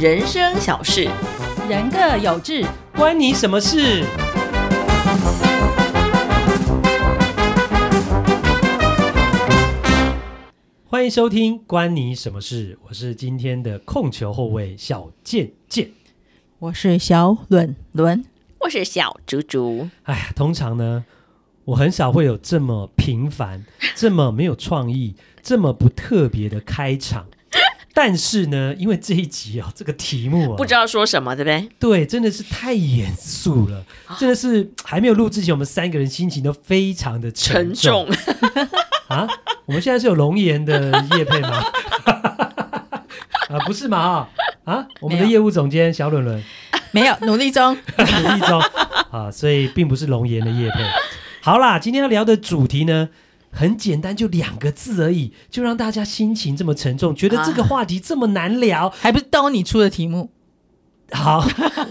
人生小事，人各有志，关你什么事？欢迎收听《关你什么事》，我是今天的控球后卫小健健。我是小伦伦，我是小竹竹。哎呀，通常呢，我很少会有这么平 凡、这么没有创意、这么不特别的开场。但是呢，因为这一集哦，这个题目啊，不知道说什么，对不对？对，真的是太严肃了，真的是还没有录之前，我们三个人心情都非常的沉沉重重， 啊。我们现在是有龙岩的叶配吗？ 啊，不是嘛啊啊！我们的没业有务总监小伦 伦没有努力中。努力中啊，所以并不是龙岩的叶配。好啦，今天要聊的主题呢，很简单，就两个字而已，就让大家心情这么沉重，觉得这个话题这么难聊。还不是都你出的题目？好，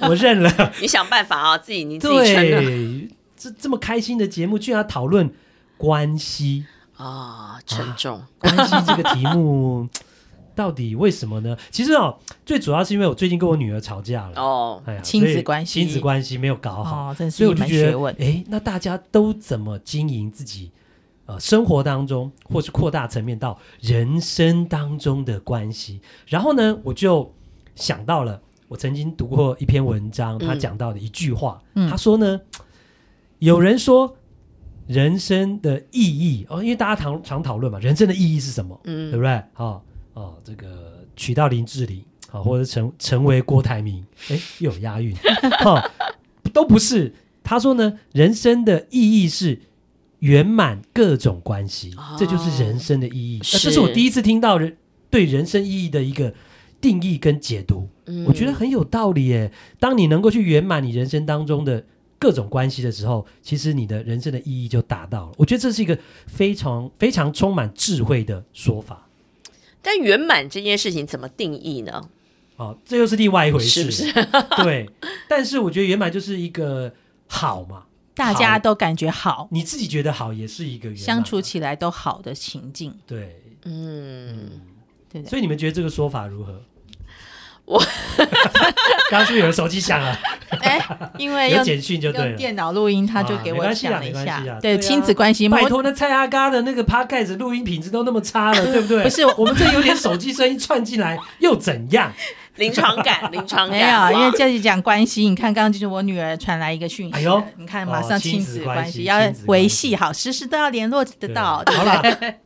我认了。你想办法啊，自己你自己撑着对，这这么开心的节目，居然要讨论关 系，啊，沉重。关系这个题目到底为什么呢？其实哦，最主要是因为我最近跟我女儿吵架了，哦，哎呀亲子所以关系亲子关系没有搞好，哦，真所是以一我就门觉学得问，。哎，那大家都怎么经营自己？呃，生活当中，嗯或是扩大层面到人生当中的关系。然后呢，我就想到了，我曾经读过一篇文章，他嗯讲到的一句话，嗯他说呢，有人说人生的意义哦，因为大家常常讨论嘛，人生的意义是什么，对嗯，不对？哦哦，这个娶到林志玲，好、或者成成为郭台铭，哎，又有押韵，哈、都不是。他说呢，人生的意义是圆满各种关系，哦这就是人生的意义。是那这是我第一次听到人对人生意义的一个定义跟解读。嗯我觉得很有道理耶。当你能够去圆满你人生当中的各种关系的时候，其实你的人生的意义就达到了。我觉得这是一个非常非常充满智慧的说法。但圆满这件事情怎么定义呢？哦，这又是另外一回是事，不是？ 对。但是我觉得圆满就是一个好嘛，大家都感觉好，你自己觉得好也是一个圆满相处起来都好的情境，对，嗯，对不对？所以你们觉得这个说法如何？ 我 刚刚是不是有人手机响 了，哎，因为有用简讯就对用了。电脑录音，他就啊给没我关系啦想了一没关系啦下，对啊亲子关系，拜摸托，那蔡阿嘎的那个 podcast 录音品质都那么差 了，对不对？不是我们这有点手机声音串进来又怎样？ 临场感，临场没感，有，哎因哇为这里讲关系，你看刚刚就是我女儿传来一个讯息，哎呦你看马上哦亲亲子子关关系系要亲子关系维系好，时时都要联络得到，对好啦，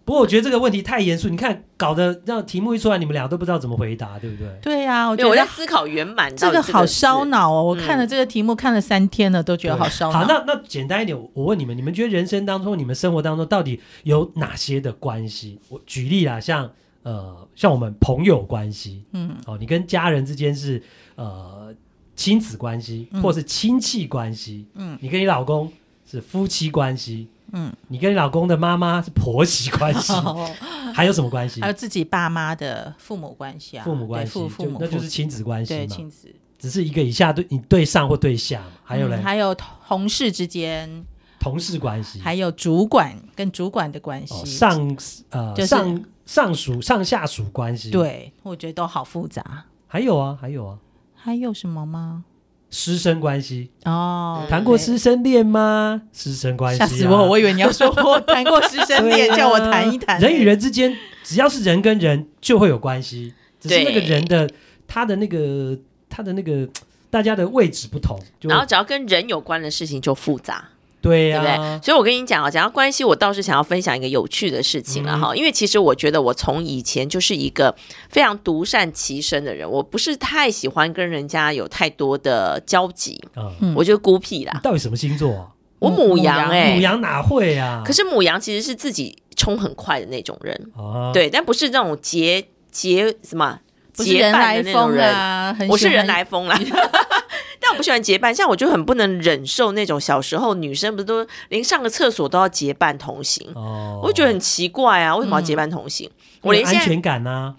不过我觉得这个问题太严肃，你看搞得让题目一出来，你们俩都不知道怎么回答，对不对？对啊，我没觉哎有我在得思考圆满到这底个个好烧字。脑哦！我嗯看了这个题目看了三天了，都觉得好烧好，脑。那那简单一点，我我问你们，你们觉得人生当中，你们生活当中到底有哪些的关系？我举例啦，像呃，像我们朋友关系，嗯，哦，你跟家人之间是呃亲子关系，嗯或是亲戚关系，嗯，你跟你老公是夫妻关系，嗯，你跟你老公的妈妈是婆媳关系，好， 还有什么关系哦嗯还？有自己爸妈的父母关系啊，父母关对系，父父就母那就是亲子关系对嘛，亲子，只是一个以下对你对上或对下嘛，还有嘞、嗯嗯还有同事之间，同事关系，还有主管跟主管的关哦系，上呃、就是上上属上下属关系，，对，我觉得都好复杂。还有啊还有啊还有什么吗？师生关系，哦，嗯谈过对师生恋吗？师生关系、吓啊，死我！我以为你要说我谈过师生对恋，啊叫我谈一谈。人与人之间，只要是人跟人，就会有关系，只是那对个人的他的那个他的那个大家的位置不同，就然后只要跟人有关的事情就复杂，对啊对呀、不对？所以我跟你讲啊，讲到关系，我倒是想要分享一个有趣的事情啊嗯了哈、因为其实我觉得我从以前就是一个非常独善其身的人，我不是太喜欢跟人家有太多的交集，啊、嗯我就孤僻啦你。到底什么星座、啊？我母母母羊羊哎、母羊哪会啊？可是母羊其实是自己冲很快的那种人，啊，对，但不是那种结结什么哦不是结人伴来的那种疯人。啊，很我是喜欢人来疯 啦。但我不喜欢结伴，像我就很不能忍受那种小时候女生不是都连上个厕所都要结伴同行，哦，我就觉得很奇怪啊，为什么要结伴同行？我连有现安在全感啊呐、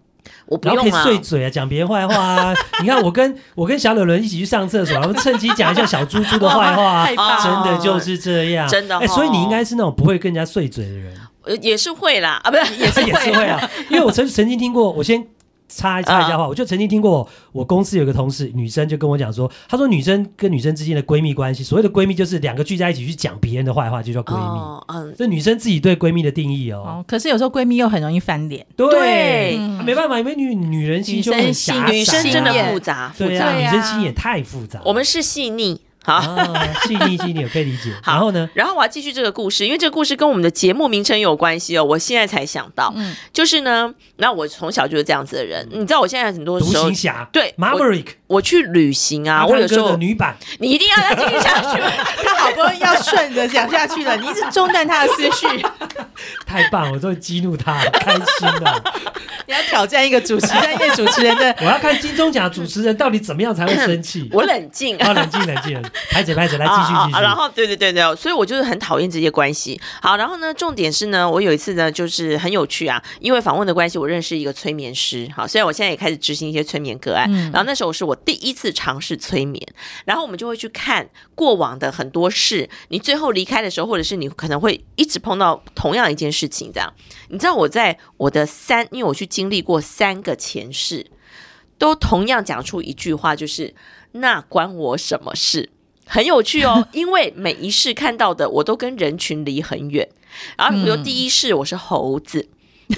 我不然后可用以啊，碎嘴啊，讲别人坏话啊。你看我跟我跟小柳伦一起去上厕所，然后趁机讲一下小猪猪的坏话、害啊。怕真哦的就是这样，真的哎、所以你哦应该是那种不会跟人家碎嘴的人。 呃也是会啦啊，不是嗯也是也是会啊，因为我曾曾经听过，我先插插一下话，我就曾经听过我公司有个同事，女生就跟我讲说，她说女生跟女生之间的闺蜜关系，所谓的闺蜜就是两个聚在一起去讲别人的坏话，就叫闺蜜。哦，嗯，这女生自己对闺蜜的定义哦，哦，可是有时候闺蜜又很容易翻脸，对嗯啊没办法，因为女女人心胸很狭啊窄，女生真心的眼复杂复对杂，啊，对女啊生心也太复杂了。我们是细腻，好。啊，细腻细腻，我可以理解。 好然后呢，然后我要继续这个故事，因为这个故事跟我们的节目名称有关系哦。我现在才想到，嗯就是呢，那我从小就是这样子的人。你知道，我现在很多独时候行侠对我 Maverick 我去旅行啊，阿我汤有时哥候的女版，你一定要再听下去。 他好不容易要顺着讲下去了，你一直中断他的思绪，太棒，我终于激怒他，开心了。 你要挑战一个主持人、业主持人的我要看金钟奖主持人到底怎么样才会生气。 我冷静。好，冷静冷静，冷静拍着拍着，来继续啊继啊续。啊然后对对对对，所以我就是很讨厌这些关系。好，然后呢，重点是呢，我有一次呢，就是很有趣啊，因为访问的关系，我认识一个催眠师。好，虽然我现在也开始执行一些催眠个案，嗯然后那时候是我第一次尝试催眠，然后我们就会去看过往的很多事，你最后离开的时候，或者是你可能会一直碰到同样一件事情，这样。你知道我在我的三，因为我去经历过三个前世，都同样讲出一句话，就是那关我什么事？很有趣哦，因为每一世看到的我都跟人群离很远，然后比如嗯第一世我是猴子。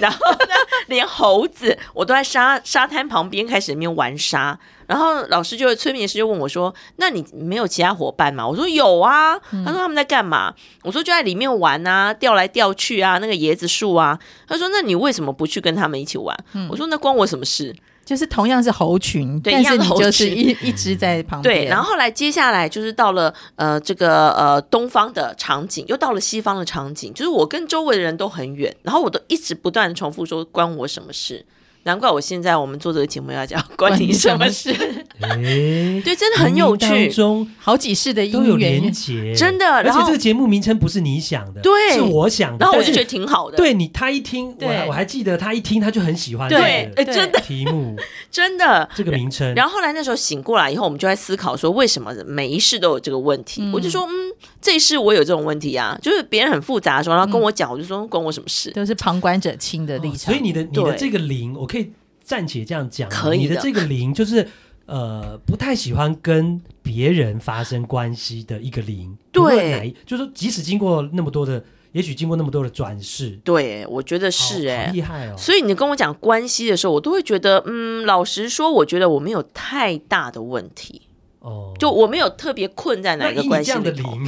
然后呢，连猴子我都在沙沙滩旁边开始在那边玩沙，然后老师就催眠师就问我说：“那你没有其他伙伴吗？”我说：“有啊。”他说：“他们在干嘛？”我说：“就在里面玩啊，掉来掉去啊，那个椰子树啊。”他说：“那你为什么不去跟他们一起玩？”我说：“那关我什么事？”就是同样是猴群，对但是一样的你猴群就是一一直在旁边。对，然后后来接下来就是到了呃这个呃东方的场景，又到了西方的场景，就是我跟周围的人都很远，然后我都一直不断的重复说关我什么事。难怪我现在我们做这个节目要讲关你什么事， 诶对，真的很有冥冥当趣，中好几世的都有姻连缘，结，真的而然且后这个节目名称不是你想的，对是我想的。然后我就但是觉得挺好的，对你，他一听，我对还我还记得，他一听他就很喜欢这对，个哎，真的题目，真的。这个名称。然后后来那时候醒过来以后，我们就在思考说，为什么每一世都有这个问题？嗯我就说，嗯，这一世我有这种问题啊，就是别人很复杂的时候，然后跟我讲，我就说关我什么事？都是旁观者清的立哦场。所以你的你的对这个零，我可以暂且这样讲吗，可以你的的这个零就是呃不太喜欢跟别人发生关系的一个零，对无论哪一，就是说即使经过那么多的，也许经过那么多的转世，对，我觉得是好哎、好厉害哦，所以你跟我讲关系的时候，我都会觉得，嗯，老实说，我觉得我没有太大的问题，哦，就我没有特别困在哪那一以个你关这系样的里头。零，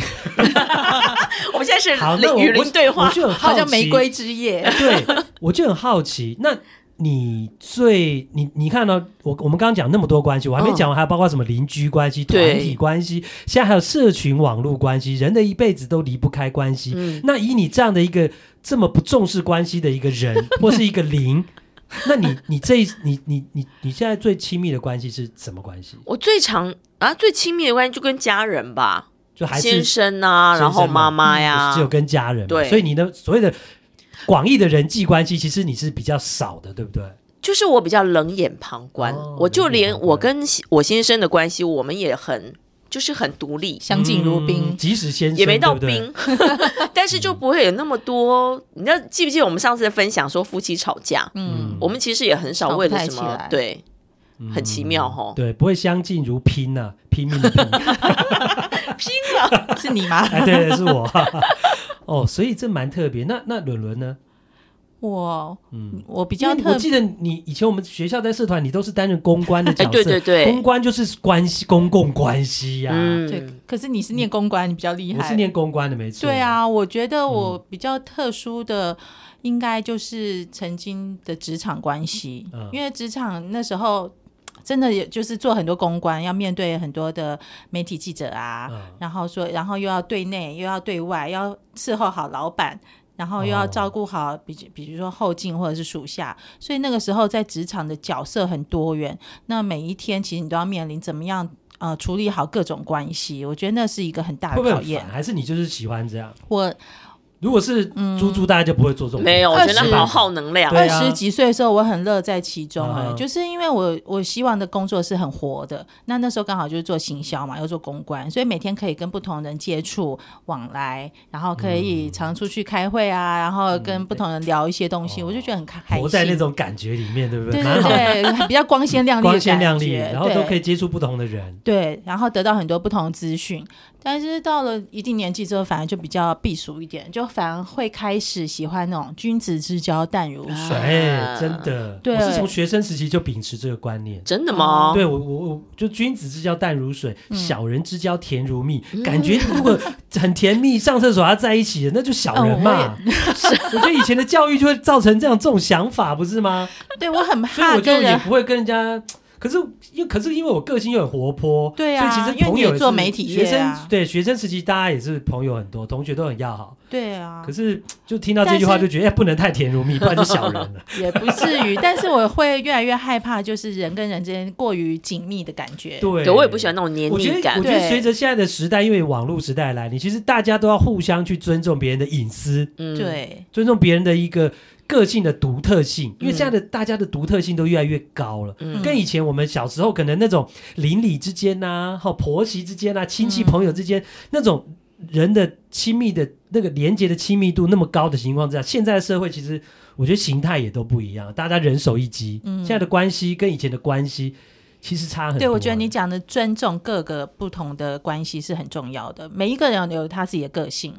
我们现在是好，那零我与我零对我话，就很好像奇玫瑰之夜，对，我就很好奇，那你最你你看到、我我们刚刚讲那么多关系，我还没嗯讲完，还包括什么邻居关系、团对体关系，现在还有社群网络关系，人的一辈子都离不开关系。嗯，那以你这样的一个这么不重视关系的一 个人，或是一个零，那你你这一你你你你现在最亲密的关系是什么关系？我最常啊最亲密的关系就跟家人吧，就还先是生啊，先生然后妈妈呀只，有跟家人嘛？对所以你的所谓的广义的人际关系，其实你是比较少的，对不对？就是我比较冷眼旁观，哦我就冷眼连旁观我跟我先生的关系，我们也很就是很独立，相敬如嗯宾。即使先生也没到对不对冰， 但是就不会有那么多。你知道记不记得我们上次分享说夫妻吵架，嗯，我们其实也很少为了什吵不太么起来对。嗯很奇妙哦吼对，不会相敬如拼呐、拼命的拼。 是你吗？哎，对，对是我。 哦，所以这蛮特别。那那伦伦呢？我嗯，我比比较我特记得你以前我们学校在社团，你都是担任公关的角哎，色。对对公对，关就是关系，公共关系呀、对嗯，，可是你是念公关，你比较厉我害。是念嗯公关的，没错。对，啊，我觉得我比较特殊的，应该就是曾经的职场关系，嗯因为职场那时候真的也就是做很多公关，要面对很多的媒体记者啊，嗯然后说，然后又要对内，又要对外，要伺候好老板。然后又哦要照顾好，比比如说后进或者是属下，所以那个时候在职场的角色很多元。那每一天其实你都要面临怎么样呃处理好各种关系，我觉得那是一个很大会的不会啊考很验烦？。还是你就是喜欢这样？我如果是猪猪，大家就不会做这种工作。没有，我觉得二十好耗能量。对二啊十几岁的时候，我很乐在其中哎、嗯就是因为我我希望的工作是很活的。那那时候刚好就是做行销嘛，又做公关，所以每天可以跟不同人接触往来，然后可以嗯常出去开会啊，然后跟不同人聊一些东西，哦我就觉得很开开心。活在那种感觉里面，对不对蛮对好的， 对，比较光鲜亮丽的光鲜亮感丽，觉然后都可对以接触不同的人。对，然后得到很多不同的资讯，但是到了一定年纪之后，反而就比较避俗一点，就反而会开始喜欢那种君子之交淡如水。哎，真的，啊对我是从学生时期就秉持这个观念。真的哦吗？对我，我我就君子之交淡如水，嗯小人之交甜如蜜。 感觉如果很甜蜜，上厕所还在一起，那就小人哦嘛。 我觉得以前的教育就会造成这样这种想法，不是吗？对我很所以怕我就跟也人不会跟人家。可是，因可是因为我个性又很活泼，对所啊以其实因为朋你友也是做媒体学业啊生对学生时期大家也是朋友很多，同学都很要好。对啊，可是就听到这句话但是就觉得，哎，不能太甜如蜜，不然就小人 了。也不至于，但是我会越来越害怕，就是人跟人之间过于紧密的感 觉。对，对，我也不喜欢那种黏我觉腻得，感我。觉得对随着现在的时代，因为网络时代来临，其实大家都要互相去尊重别人的隐私，嗯，对尊重别人的一个个性的独特性。因为嗯现在的大家的独特性都越来越高了，嗯跟以前我们小时候可能那种邻里之间呐、哈婆媳之间呐、啊亲戚嗯朋友之间、那种人的亲密的那个连接的亲密度那么高的情况之下，现在的社会其实我觉得形态也都不一样，大家人手一机，嗯现在的关系跟以前的关系其实差很多了。欸对，我觉得你讲的尊重各个不同的关系是很重要的，每一个人有他自己的个性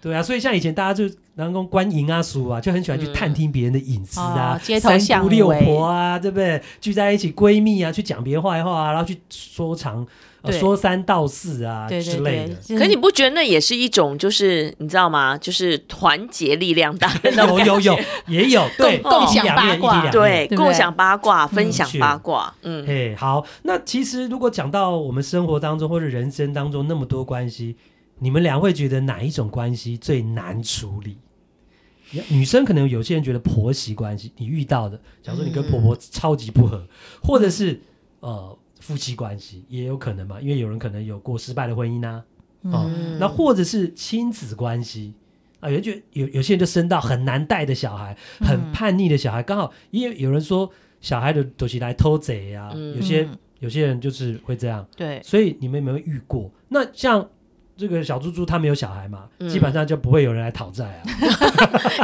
对啊，所以像以前大家就南宫官营啊、叔啊，就很喜欢去探听别人的隐私啊哦，街头三巷姑尾六婆啊，对不对？聚在一起闺蜜啊，去讲别人坏话啊，然后去说长、呃对说三道四啊对对之类 的对。。就是可你不觉得那也是一种，就是你知道吗？就是团结力量大的那种感 有觉有有，也有对共共一体享两八面一体卦两面对，对不共对享八卦，分享是八卦，嗯，哎，好，那其实如果讲到我们生活当中或者人生当中那么多关系，你们俩会觉得哪一种关系最难处理？女生可能有些人觉得婆媳关系，你遇到的，假如说你跟婆嗯婆超级不合，或者是呃夫妻关系也有可能嘛，因为有人可能有过失败的婚姻呐、哦嗯那或者是亲子关系啊，有人觉得有有些人就生到很难带的小孩，嗯很叛逆的小孩，刚好因为有人说小孩的都是来偷贼啊，嗯有些嗯有些人就是会这样，对所以你们有没有遇过？那像。这个小猪猪他没有小孩嘛，嗯基本上就不会有人来讨债啊。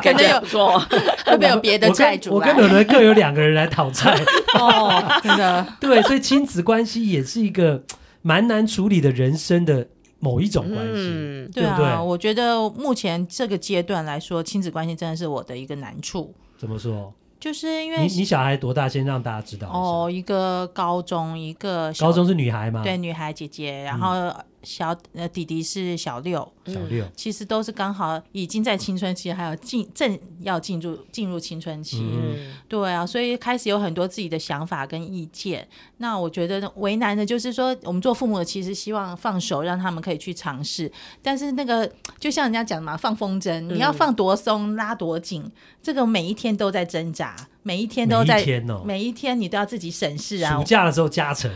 感可能觉有还不 错。 会不会有别的我跟债主啊我来跟？伦伦各有两个人来讨债， 哦，真的，对，所以亲子关系也是一个蛮难处理的人生的某一种关系。嗯，对对不对啊，我觉得目前这个阶段来说，亲子关系真的是我的一个难处，怎么说？就是因你为你小孩多大？先让大家知道一下。哦，一个高中，一个小高中是女孩嘛？对，女孩姐姐，然嗯后小呃弟弟是小六，小六。其实都是刚好已经在青春期，还有进正要进入进入青春期，嗯对啊，所以开始有很多自己的想法跟意见。那我觉得为难的就是说，我们做父母的其实希望放手，让他们可以去尝试。但是那个就像人家讲嘛，放风筝，嗯你要放多松，拉多紧，这个每一天都在挣扎，每一天都在每一天哦每一天你都要自己审视啊暑。假的时候加成，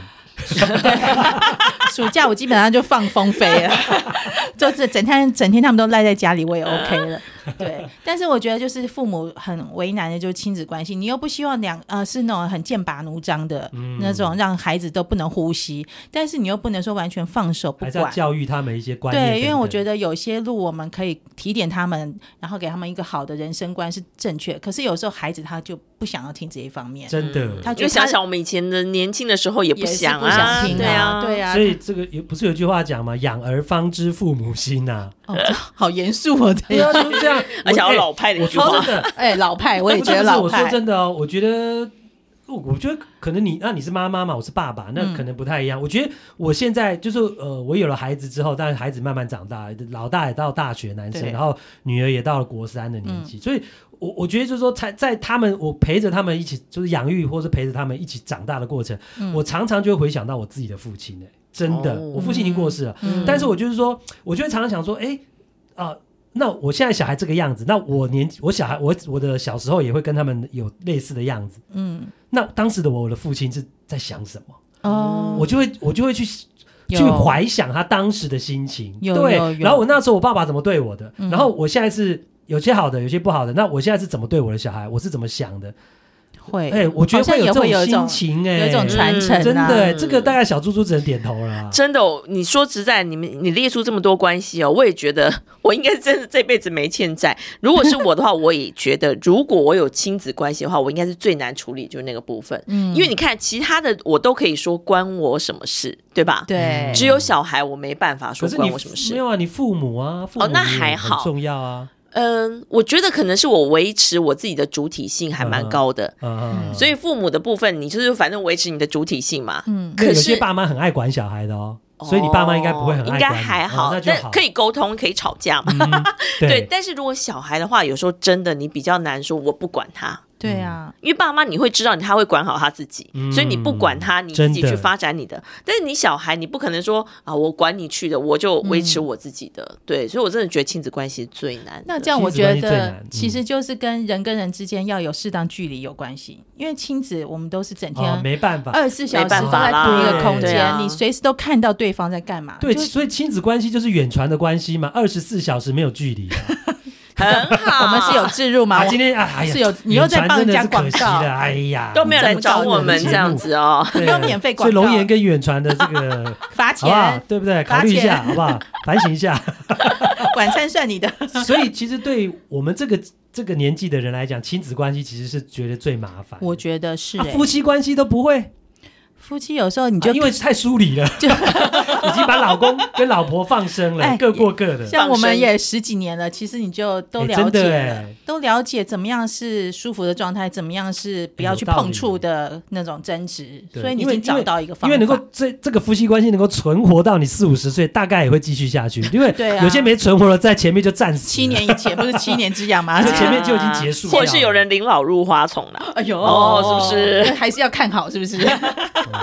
暑假我基本上就放风飞了， 就是整天整天他们都赖在家里，我也啊 OK 了。对，但是我觉得就是父母很为难的，就是亲子关系，你又不希望两呃是那种很剑拔弩张的、嗯那种，让孩子都不能呼吸，但是你又不能说完全放手不还是要管。教育他们一些观念。对，因为我觉得，得有些路我们可以提点他们，然后给他们一个好的人生观是正确。可是有时候孩子他就不想要听这一方面，真的，他就觉得嗯想他想我们以前的年轻的时候也也是想不想听对啊，对啊，所以这个也不是有句话讲嘛，“养儿方知父母心” 呐。哦，这好严肃哦，这对啊，就是这样 。而且我好哎老派的一我句说话真。的，哎、老派，我也不觉得 但是老我说派。真的哦，我觉得。我我觉得可能你那你是妈妈嘛，我是爸爸，那嗯可能不太一样。我觉得我现在就是呃，我有了孩子之后，但是孩子慢慢长大，老大也到大学男生，对嗯然后女儿也到了国三的年纪，所以我我觉得就是说，在在他们我陪着他们一起就是养育，或是陪着他们一起长大的过程，嗯我常常就会回想到我自己的父亲呢、欸真的，哦我父亲已经过世了，嗯但是我就是说，我就会常常想说，哎、啊、那我现在小孩这个样子，那我年我小孩我我的小时候也会跟他们有类似的样子。嗯那当时的我，我的父亲是在想什么？哦，我就会我就会去有去怀想他当时的心情。有对有有，然后我那时候我爸爸怎么对我的，嗯然后我现在是有些好的，有些不好的，那我现在是怎么对我的小孩，我是怎么想的？会，哎，我觉得好像会也会有这一种种心情，哎，有一种传承、啊真的哎，嗯这个大概小猪猪只能点头了啊。真的哦、你说实在，你们你列出这么多关系哦，我也觉得我应该真的这辈子没欠债。如果是我的话，我也觉得，如果我有亲子关系的话，我应该是最难处理，就是那个部分。嗯因为你看，其他的我都可以说关我什么事，对吧？对，嗯只有小孩我没办法可说是关你我什么没事。有啊，你父母啊，父母哦那也还很好重要啊。嗯，我觉得可能是我维持我自己的主体性还嗯蛮高的，啊，所以父母的部分你就是反正维持你的主体性嘛。嗯，可那有是些爸妈很爱管小孩的哦，所以你爸妈应该不会很哦应爱管该你，还哦好，那就好但可以沟通，可以吵架嘛。 嗯对，对但是如果小孩的话，有时候真的你比较难说，我不管他，对啊，因为爸妈你会知道他会管好他自己，嗯所以你不管他，你自己真去的发展你的。但是你小孩，你不可能说啊，我管你去的，我就维持我自己嗯的。对，所以我真的觉得亲子关系最难的。那这样我亲子关觉系最难得嗯其实就是跟人跟人之间要有适当距离有关系，因为亲子我们都是整哦，天没办法。二十四小时没都办在法啦同一个空对啊间，你随时都看到对方在干嘛，对，就所以亲子关系就是远传的关系嘛，二十四小时没有距离啊。很好，我们是有置入嘛， 啊，我今天啊，哎呀，是有你又在远传真的是帮可人家惜广告了，哎呀，都没有来找我们这你怎么样知道子哦。我们的节目，对没有免费广所以告龙岩跟远传的这个罚 好不好钱，，对不对？罚考虑一下，钱好不好？反省一下。晚餐算 你的， 所以其实对我们这个这个年纪的人来讲，亲子关系其实是觉得最麻烦的。我觉得是啊欸夫妻关系都不会，夫妻有时候你啊就因为太疏离 了，就已经把老公跟老婆放生了，哎各过各的。像我放们生也十几年了，其实你就都哎了解真的了哎，都了解怎么样是舒服的状态，怎么样是不要去有道理碰触的那种争执，对所以你已因为经找到一个方因法，为能够这这个夫妻关系能够存活到你四五十岁，大概也会继续 下去，因为对啊有些没存活了，在前面就战死了七。年以前不是七年之痒 吗？这前面就已经结束了或者是有人临老入花丛了。哎呦，哦是不是 还是要看好，是不是？哦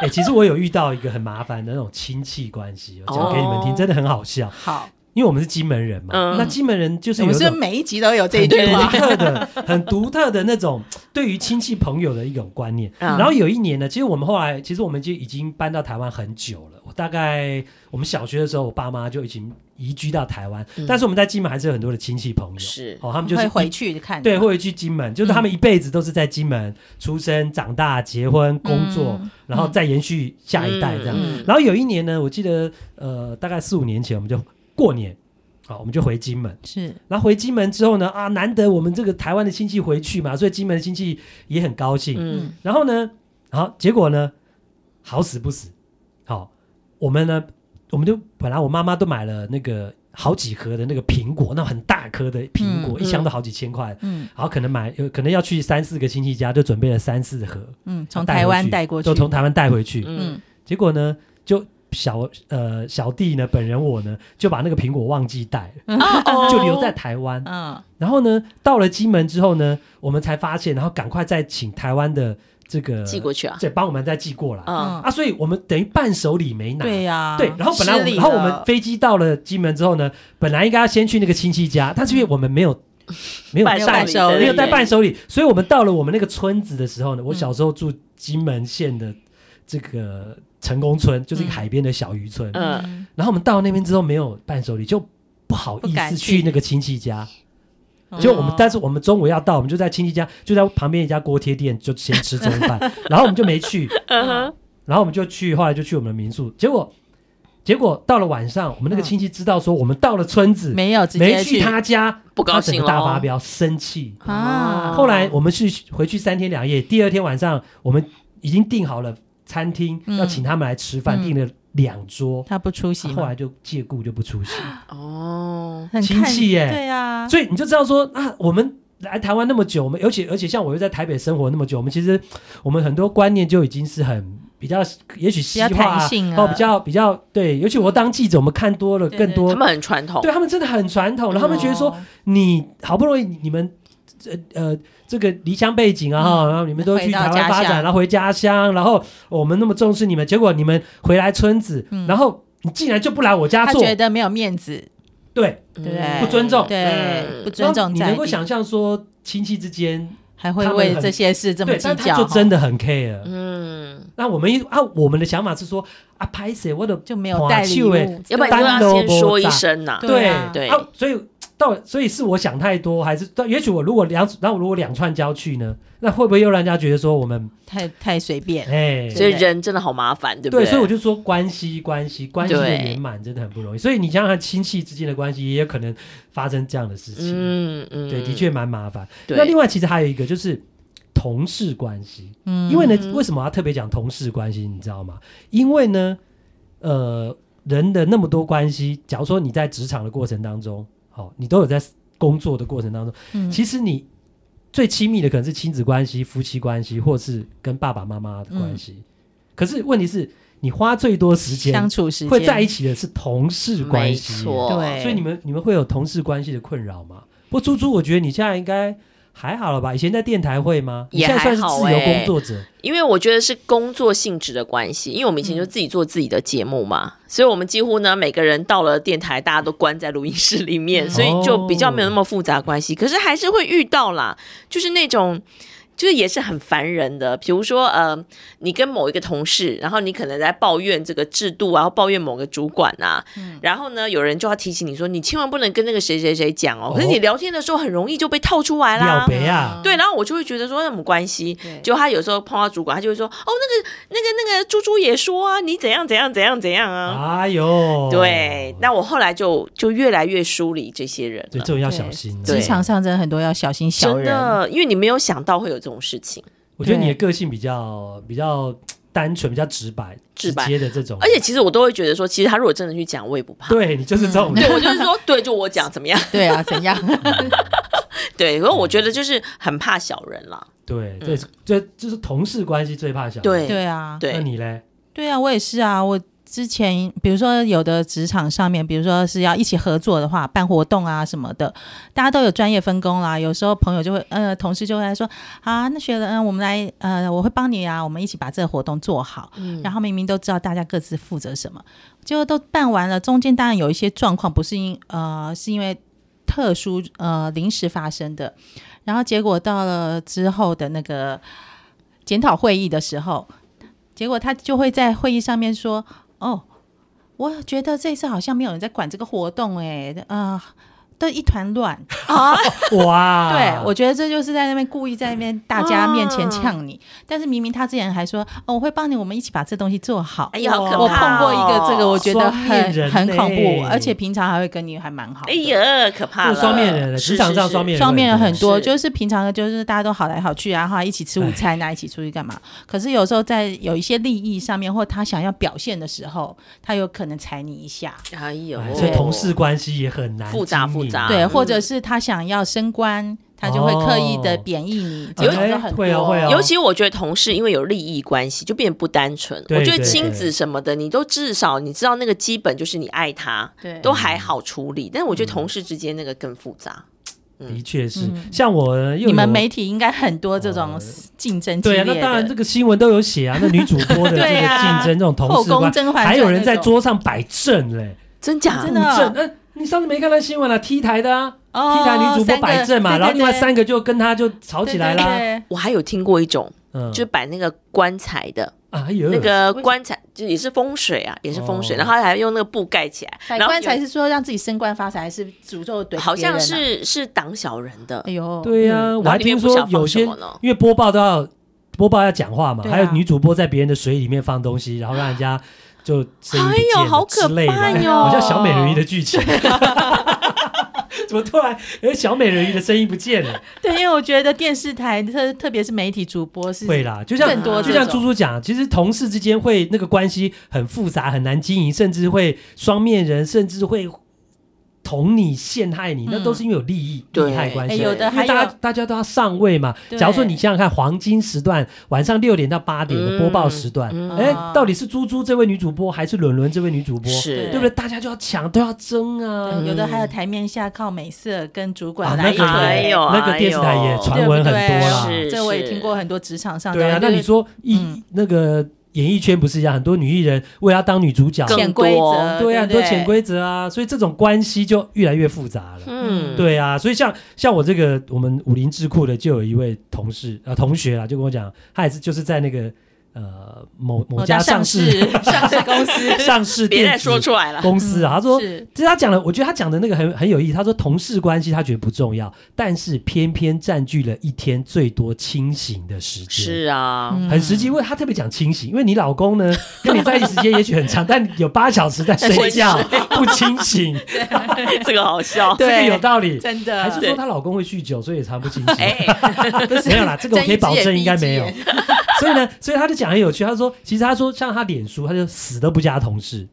哎、其实我有遇到一个很麻烦的那种亲戚关系，我讲给你们听，哦真的很好笑。 好，因为我们是金门人嘛，嗯那金门人就是 我有们一是不种是每一集都有这一很句独话，特的、很独特的那种对于亲戚朋友的一种观念。嗯然后有一年呢，其实我们后来，其实我们就已经搬到台湾很久了。我大概我们小学的时候，我爸妈就已经移居到台湾，嗯但是我们在金门还是有很多的亲戚朋友。是哦，他们就是会一回去看，对，会去金门，就是他嗯们一辈子都是在金门出生、长大、结婚、工作，嗯然后再延续下一代这样。嗯然后有一年呢，我记得呃，大概四五年前，我们就过年，好，我们就回金门。是然后回金门之后呢，啊，难得我们这个台湾的亲戚回去嘛，所以金门的亲戚也很高兴。嗯，然后呢，好，结果呢，好死不死，好，我们呢，我们就本来我妈妈都买了那个好几盒的那个苹果，那很大颗的苹果，嗯一箱都好几千块。嗯然后可能买，有可能要去三四个亲戚家，就准备了三四盒，嗯，从带回台湾去带过去就，从台湾带回去。嗯嗯，结果呢，就小呃小弟呢，本人我呢，就把那个苹果忘记带了，哦 就留在台湾。嗯然后呢，到了金门之后呢，我们才发现，然后赶快再请台湾的这个寄过去啊，对，帮我们再寄过来、嗯，啊，所以我们等于伴手礼没拿。哦对呀，对然后本来我失们，礼然后我了们飞机到了金门之后呢，本来应该要先去那个亲戚家，但是因为我们没 有没有伴手带礼的没有带人伴手礼，所以我们到了我们那个村子的时候呢，我小时候住金门县的这个成功村，就是一个嗯海边的小渔村。嗯嗯然后我们到那边之后没有伴手礼，就不好不意敢思去去那个亲戚家。就我们哦，但是我们中午要到，我们就在亲戚家，就在旁边一家锅贴店，就先吃中饭，然后我们就没去，嗯哼然后我们就去，后来就去我们的民宿，结果结果到了晚上，我们那个亲戚知道说我们到了村子，没有直接没去他家，不高他整兴个了，大发飙，生气。啊哦后来我们是回去三天两夜，第二天晚上我们已经订好了餐厅，嗯要请他们来吃饭，嗯订了两桌，他不出席吗，后来就借故就不出席。哦，很亲看戚耶对啊，所以你就知道说啊，我们来台湾那么久，我们而且而且像我又在台北生活那么久，我们其实我们很多观念就已经是很比较，也许西比较化、弹啊、性啊哦，比较比较对，尤其我当记者，我们看多了对更多，他们很传统，对他们真的很传统，然后他们觉得说、哦你好不容易你们。呃呃，这个离乡背景啊，哈、然后你们都去嗯回到台湾家发展，乡然后回家乡，然后我们那么重视你们，结果你们回来村子，嗯然后你竟然就不来我家他做，觉得没有面子，对，嗯对不尊重对，嗯不尊然后重你在能够地，想象说亲戚之间还会他们为很这些事这么对，计但他较，就真的的很 care。嗯，那我们一啊，我们的想法是说啊，拍谁我的就没有带哇礼手物欸，要不然单你就要都先不说一炸声呐、对啊对啊，所以到所以是我想太多，还是但也许我如果两那我如果两串交去呢，那会不会又让人家觉得说我们太太随便。哎？所以人真的好麻烦，对不对，对？所以我就说关系，关系，关系的对圆满真的很不容易。所以你想想看，亲戚之间的关系也有可能发生这样的事情，嗯嗯，对，的确蛮麻烦。对。那另外其实还有一个就是同事关系，嗯因为呢，嗯为什么要特别讲同事关系？你知道吗？因为呢，呃，人的那么多关系，假如说你在职场的过程当中，好、你都有在工作的过程当中，嗯其实你最亲密的可能是亲子关系、夫妻关系，或是跟爸爸妈妈的关系。嗯可是问题是，你花最多时间相处时间会在一起的是同事关没系，错，对所以你们你们会有同事关系的困扰吗？不，猪猪，我觉得你现在应该还好了吧？以前在电台会吗？你也现在算是还好自由欸工作者，因为我觉得是工作性质的关系，因为我们以前就自己做自己的节目嘛，所以我们几乎呢每个人到了电台，大家都关在录音室里面，嗯所以就比较没有那么复杂关系。可是还是会遇到啦，就是那种。就是也是很烦人的，比如说呃，你跟某一个同事，然后你可能在抱怨这个制度啊，或抱怨某个主管啊，然后呢，有人就要提醒你说，你千万不能跟那个谁谁谁讲哦。可是哦你聊天的时候很容易就被套出来啦廖，北啊，对，然后我就会觉得说那没关系对，就他有时候碰到主管，他就会说哦，那个那个那个猪猪也说啊，你怎样怎样怎样怎样啊。哎呦，对，那我后来就就越来越疏离这些人对了这，种要小心啊。对职场上真的很多要小心小真人，的，因为你没有想到会有这种事情，我觉得对你的个性比较比较单纯，比较直白、直白接的这种，而且其实我都会觉得说，其实他如果真的去讲，我也不怕。对你就是这种人对，我就是说，对，就我讲怎么样？对啊，怎样？嗯对，可是我觉得就是很怕小人啦。对，嗯这是这就是同事关系最怕小。，对 对啊，那对，你嘞？对啊，我也是啊，我。之前，比如说有的职场上面，比如说是要一起合作的话，办活动啊什么的，大家都有专业分工啦。有时候朋友就会，呃，同事就会来说，啊，那雪人，嗯我们来，呃，我会帮你啊，我们一起把这个活动做好。嗯然后明明都知道大家各自负责什么，结果都办完了，中间当然有一些状况，不是因呃是因为特殊呃临时发生的，然后结果到了之后的那个检讨会议的时候，结果他就会在会议上面说，哦，我觉得这次好像没有人在管这个活动、哎，啊、都一团乱。啊哇，对，我觉得这就是在那边故意在那边大家面前呛你，啊但是明明他之前还说，哦，我会帮你，我们一起把这东西做好。哎呀，好可怕哦！我碰过一个这个，我觉得双面人很很恐怖，呢而且平常还会跟你还蛮好的。欸哎呀，可怕这了！个双面人，是职场上双，面人，双面人很多，是就是平常就是大家都好来好去啊，哈，一起吃哎午餐啊，一起出去干嘛？可是有时候在有一些利益上面，或他想要表现的时候，他有可能踩你一下，是哎呦哎，所以同事关系也很难复杂经营复杂啊对，嗯或者是他想要升官，他就会刻意的贬义你，这种就很多。哦会哦会哦尤其我觉得同事因为有利益关系，就变得不单纯。对我觉得对亲子什么的，你都至少你知道那个基本就是你爱他，对，都还好处理。但我嗯觉得同事之间那个更复杂。的确是嗯，像我呢又有你们媒体应该很多这种哦竞争激对啊，烈的，那当然这个新闻都有写啊，那女主播的这个 对啊竞争这种同后事关宫，甄嬛传还有人在那种桌上摆阵嘞，真假？真布的阵，那你上次没看到新闻了？T 台的啊哦，T 台女主播三个摆阵嘛，对对然后另外对三个就跟她就吵起来对啦，对对我还有听过一种，嗯，就是摆那个棺材的，哎呦，那个棺材就也是风水啊，也是风水，哦然后还用那个布盖起来，摆然后棺材有是说让自己升官发财，还是诅咒对别人啊？好像是是挡小人的哎，呦，对呀、嗯我还听说然后里面有些不知道放什么呢因为播报都要播报要讲话嘛，对啊还有女主播在别人的水里面放东西，然后让人 家就声音不见了哎呦好可之类的怕哟 好像小美人鱼的 剧情。 怎么突然？哎，小美人鱼的声音不见了。 对，因为我觉得电视台特特别是媒体主播是会啦，就像更多就这像种猪猪讲，其实同事之间会那个关系很复杂，很难经营，甚至会双面人，甚至会捅你、陷害你，那都是因为有利益、对利害关嗯哎系。有的因为还大有家大家都要上位嘛。对假如说你想想看，黄金时段晚上六点到八点的播报时段，嗯哎、啊到底是猪猪这位女主播还是伦伦这位女主播？是对不对？大家就要抢，都要争啊！对呃有的嗯还有台面下靠美色跟主啊管那来个一也哎腿，呦那个电视台也传闻很多对不啦。对是这我也是听过很多职场上的。对啊，那就是你说一、嗯那个演艺圈不是一样，很多女艺人为了要当女主角，更潜规多则，对啊，很不多潜规则啊，所以这种关系就越来越复杂了。嗯，对啊，所以像像我这个我们武林智库的就有一位同事呃同学啊，就跟我讲，他也是就是在那个呃某某某家家上哦上市市上市公司 上市别电再子说出来了。公司啊，他说。嗯是 其实他讲的，我觉得他讲的那个很很有意义。他说同事关系他觉得不重要，但是偏偏占据了一天最多清醒的时间。是啊， 嗯很实际，因为他特别讲清醒，因为你老公 呢跟你在一起时间也许很长，但有八小时在睡觉， 不清醒，这个好笑。这个对有道理。真还的是对说她老公会酗酒，所以也常不清醒？哎，没有啦，这个 我可以保证应该没有睁一。只所以呢，所以他就讲很有趣，他说，其实他说像他脸书，他就死都不加同事，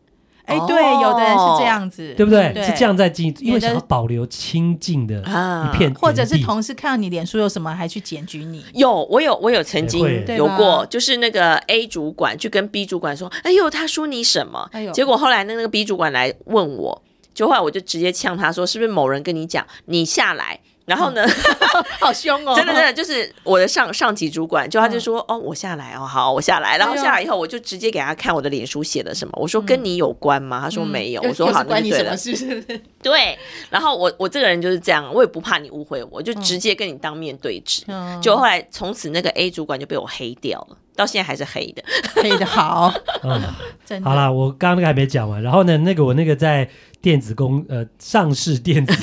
哎，对，哦有的人是这样子，对不对？对是这样在经营，因为你的想要保留清静的啊一片，或者是田地同事看到你脸书有什么，还去检 举你。有，我有，我有曾经会对有吧过，就是那个 A 主管去跟 B 主管说：“哎呦，他说你什么？”哎呦结果后来那个 B 主管来问我，就后来我就直接呛他说：“是不是某人跟你讲，你下来？”然后呢，嗯好凶 哦 真的真的就是我的上上级主管，就他就说：“哦，我下来哦，好，我下来。”然后嗯哎呦嗯下来以后，我就直接给他看我的脸书写的什么，我说：“跟你有关吗？”他说：“没有。”我说：“好，那就对了。”事？对，然后我我这个人就是这样，我也不怕你误会我，我就直接跟你当面对质。嗯就后来从此那个 A 主管就被我黑掉了，到现在还是黑的。配的好，嗯真的好啦，我刚刚那个还没讲完。然后呢，那个我那个在电子公呃上市电子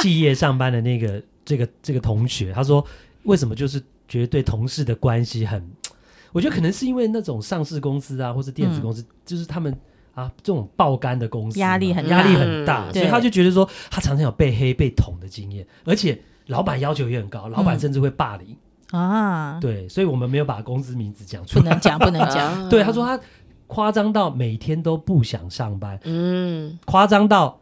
企业上班的那个这个这个同学，他说为什么就是觉得对同事的关系很，我觉得可能是因为那种上市公司啊，或是电子公司，就是他们。啊，这种爆肝的公司压力嘛很压力大很大，嗯所以对他就觉得说，他常常有被黑被捅的经验，而且老板要求也很高，老嗯板甚至会霸凌。啊，对，所以我们没有把公司名字讲出不来。能讲，不能 讲，啊对，他说他夸张到每天都不想上班，嗯，夸张到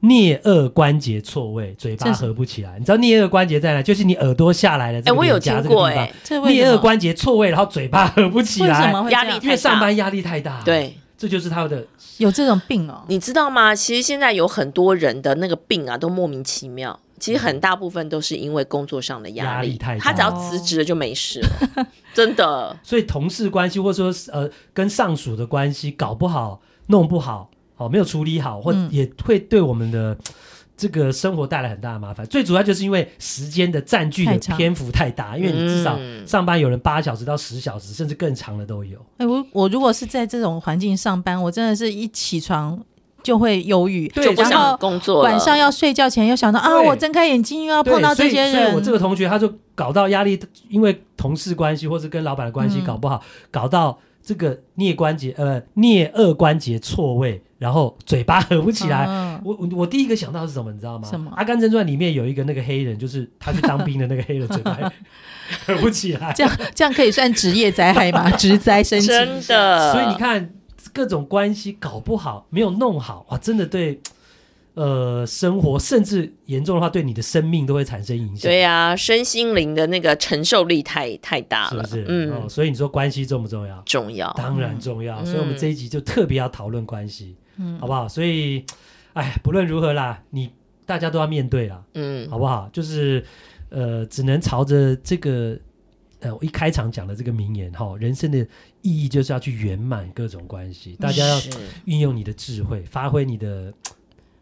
颞颚关节错位，嘴巴这是合不起来。你知道颞颚关节在哪？就是你耳朵下来的哎，这个我有脸颊听这个地过方。哎，这为颞什颌么关节错位，然后嘴巴合不起为什来，么会啊压这样力因为太大上班压力太大。，对。这就是他的。有这种病哦？你知道吗？其实现在有很多人的那个病啊，都莫名其妙。其实很大部分都是因为工作上的嗯压压力力，太大哦他只要辞职了就没事了，真的。所以同事关系，或者说呃跟上属的关系，搞不好、弄不好，好、没有处理好，或嗯也会对我们的。这个生活带来很大的麻烦，最主要就是因为时间的占据的太长篇幅太大， 因为你至少嗯上班有人八小时到十小时，甚至更长的都有。哎，我我如果是在这种环境上班，我真的是一起床就会忧郁，对不然想后工作了晚上要睡觉前又想到啊，对我睁开眼睛又要对，碰到这些所以所以我这人，个同学他就搞到压力，因为同事关系或是跟老板的关系嗯搞不好，搞到这个颞关节呃颞颌关节错位，然后嘴巴合不起来。嗯我我我第一个想到的是什么，你知道吗？什么阿甘正传》里面有一个那个黑人，就是他去当兵的那个 黑人，嘴巴合不起来。这样这样可以算职业灾 害吗？职灾升级，真的，所以你看，各种关系搞不好，没有弄好，哇，真的对，呃，生活甚至严重的话，对你的生命都会产生影响。对呀、身心灵的那个承受力太太大是了，不是？嗯，哦，所以你说关系重不重要？重要。当然重要，所以我们这一集就特别要讨论关系，嗯好不好？所以，哎，不论如何啦，你大家都要面对啦，嗯，好不好？就是，呃，只能朝着这个，呃，我一开场讲的这个名言哈、人生的意义就是要去圆满各种关系，大家要是运用你的智慧，发挥你的嘖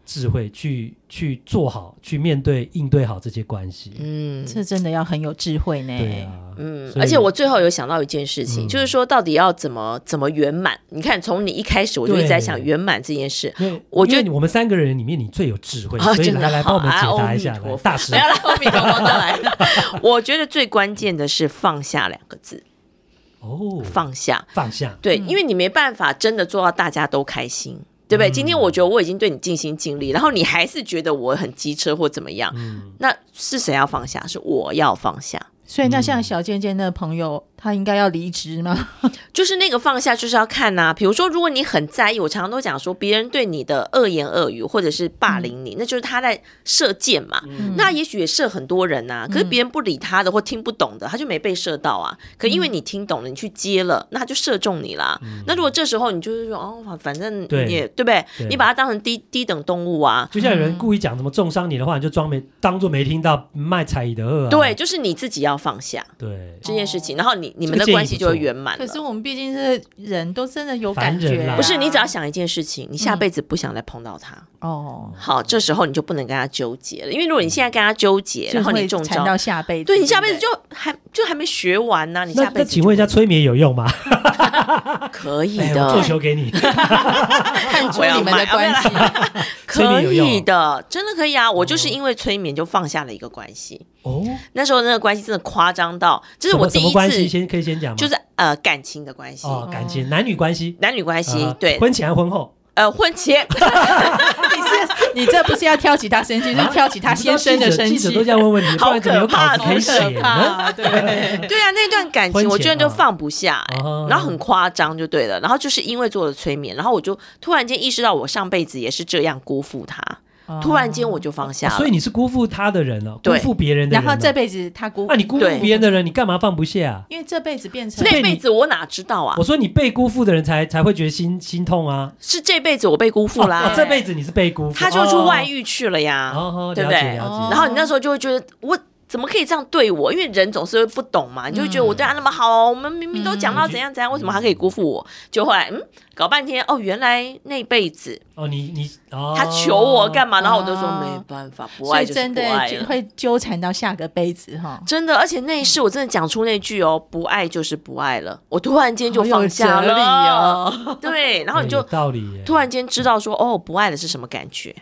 智慧去去做好，去面对应对好这些关系。嗯这真的要很有智慧呢。对啊，嗯，所以而且我最后有想到一件事情，嗯就是说到底要怎么怎么圆满？你看，从你一开始我就一直在想对圆满这件事。因为我觉得因为我们三个人里面你最有智慧，啊所以真的来来好帮我们解啊答阿一弥下，来陀佛大师不。要来后面给我再来。 我觉得最关键的是放下两个字，哦，放下。放下，对，嗯因为你没办法真的做到大家都开心，对不对？嗯今天我觉得我已经对你尽心尽力，然后你还是觉得我很机车或怎么样，嗯，那是谁要放下？是我要放下。所以那像小健健的朋友，他应该要离职吗？就是那个放下，就是要看呐、比如说，如果你很在意，我常常都讲说，别人对你的恶言恶语或者是霸凌你，那就是他在射箭嘛。嗯那也许也射很多人呐、可是别人不理他的或听不懂的，他就没被射到啊。可因为嗯你听懂了，你去接了，那他就射中你啦。那如果这时候你就是说，哦，反反正对你也对不对？对你把它当成低低等动物啊。就像有人故意讲什么重伤你的话，你就装没当做没听到，卖才艺的恶啊。哦对，就是你自己要要放下对，这件事情，然后你你这们个的建议关系不就会错圆满可是了。我们毕竟是人，都真的有感凡觉人啊、啦不是你只要想一件事情，你嗯下辈子不想再碰到他，哦，好，这时候你就不能跟他纠结了，因为嗯如果你现在跟他纠结，就然是后你会中缠招，到下辈子。对你下辈子对就还就还没学完呢、你那下辈那子请问一下，催眠有用吗？可以哎我做的，球给 你，不我对要看出你们买的关系， 催可眠有用以的，真的可以啊！我就是因为催眠就放下了一个关系，哦，那时候那个关系真的夸张到，这是什么我第什么一关系？次，先可以先讲吗？就是呃感情的关系，哦，感情男女关系，男女关系，啊对，婚前还婚后，呃婚前 你是你这不是要挑起他生气，是挑起他先生的生你知道记者记者都气，啊这样问问题，不好然怎么有可怕稿子可以好可写呢？对。对啊，那段感婚情我前居然就啊放不下、欸啊然后很夸张就对了。然后就是因为做了催眠，然后我就突然间意识到我上辈子也是这样辜负他，突然哦间我就放下了。哦所以你是辜负他的人了，辜对负别人的然人了。后这辈子他辜那、你辜负对别人的人，你干嘛放不下、啊？因为这辈子变成所以那你辈子我哪知道啊我？说你被辜负的人才才会觉得心心痛啊！是这辈子我被辜负啦、啊哦这辈子你是被辜负，他就去外遇，遇去了呀。哦哦，对了不解对了解。哦然后你那时候就会觉得我。怎么可以这样对我？因为人总是会不懂嗯嘛，你就会觉得我对他那么好、我们明明都讲到怎样怎样，为什么他可以辜负我？就后来嗯，搞半天哦，原来那辈子哦，你你哦，他求我干嘛，然后我就说哦没办法，不所爱以就是真不的爱就了。会纠缠到下个辈子哈。真的，而且那一世我真的讲出那句哦，不爱就是不爱了，我突然间就好有放下哲理了。 哦，对，然后你哎就有道理耶，突然间知道说，哦，不爱了是什么感觉？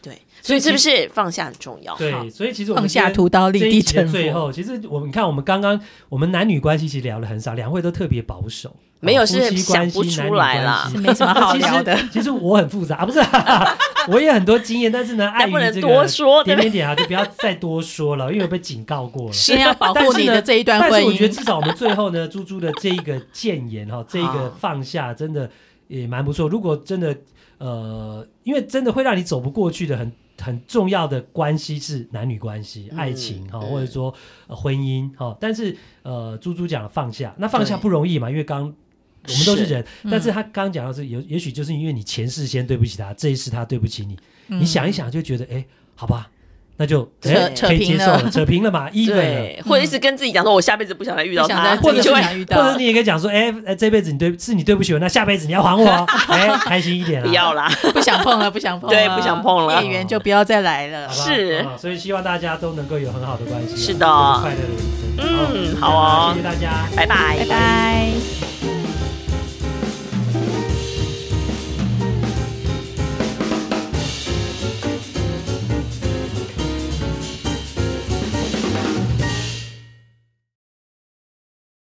对，所以是不是放下很重要？对，所以其实我们放下今天屠刀立这地一集的成最佛。后，其实我们你看，我们刚刚我们男女关系其实聊的很少，两位都特别保守，没有哦是夫妻关系想不出来啦男是女关系没 什么好聊的其实其实我很复杂，啊不是 啊，我也很多经验，但是呢，碍但于不能这多个说，对点不对？点点啊，就不要再多说了，因为我被警告过了。是要保但护是你呢的这一段但婚是我觉得姻，至少我们最后呢，猪猪的这一个谏言哈，这一个啊好放下真的也蛮不错。如果真的呃，因为真的会让你走不过去的很很重要的关系是男女关系、嗯爱情哈，嗯或者说、呃婚姻哈。但是呃，猪猪讲了放下，那放下对不容易嘛，因为刚。我们都是是人，但是他刚讲到是有，也许就是因为你前世先对不起他，这一世他对不起你，你你想一想就觉得，哎、好吧，那就扯哎扯可以平接受了了，扯平了 嘛，even 了，对，或者一直跟自己讲说，我下辈子不想再遇到不想他，再或或者者就嗯不会想遇或者到你，也可以讲说，哎、哎，这辈子你对是你对不起我，那下辈子你要还我哦，哎、开心一点啦，不要啦。不想碰了，不想碰了，对不想碰了孽缘就不要再来了好吧，。是好吧所以希望大家都能够有很好的关系啊，是的有快乐的人嗯生，好好哦谢谢大家，拜拜拜拜。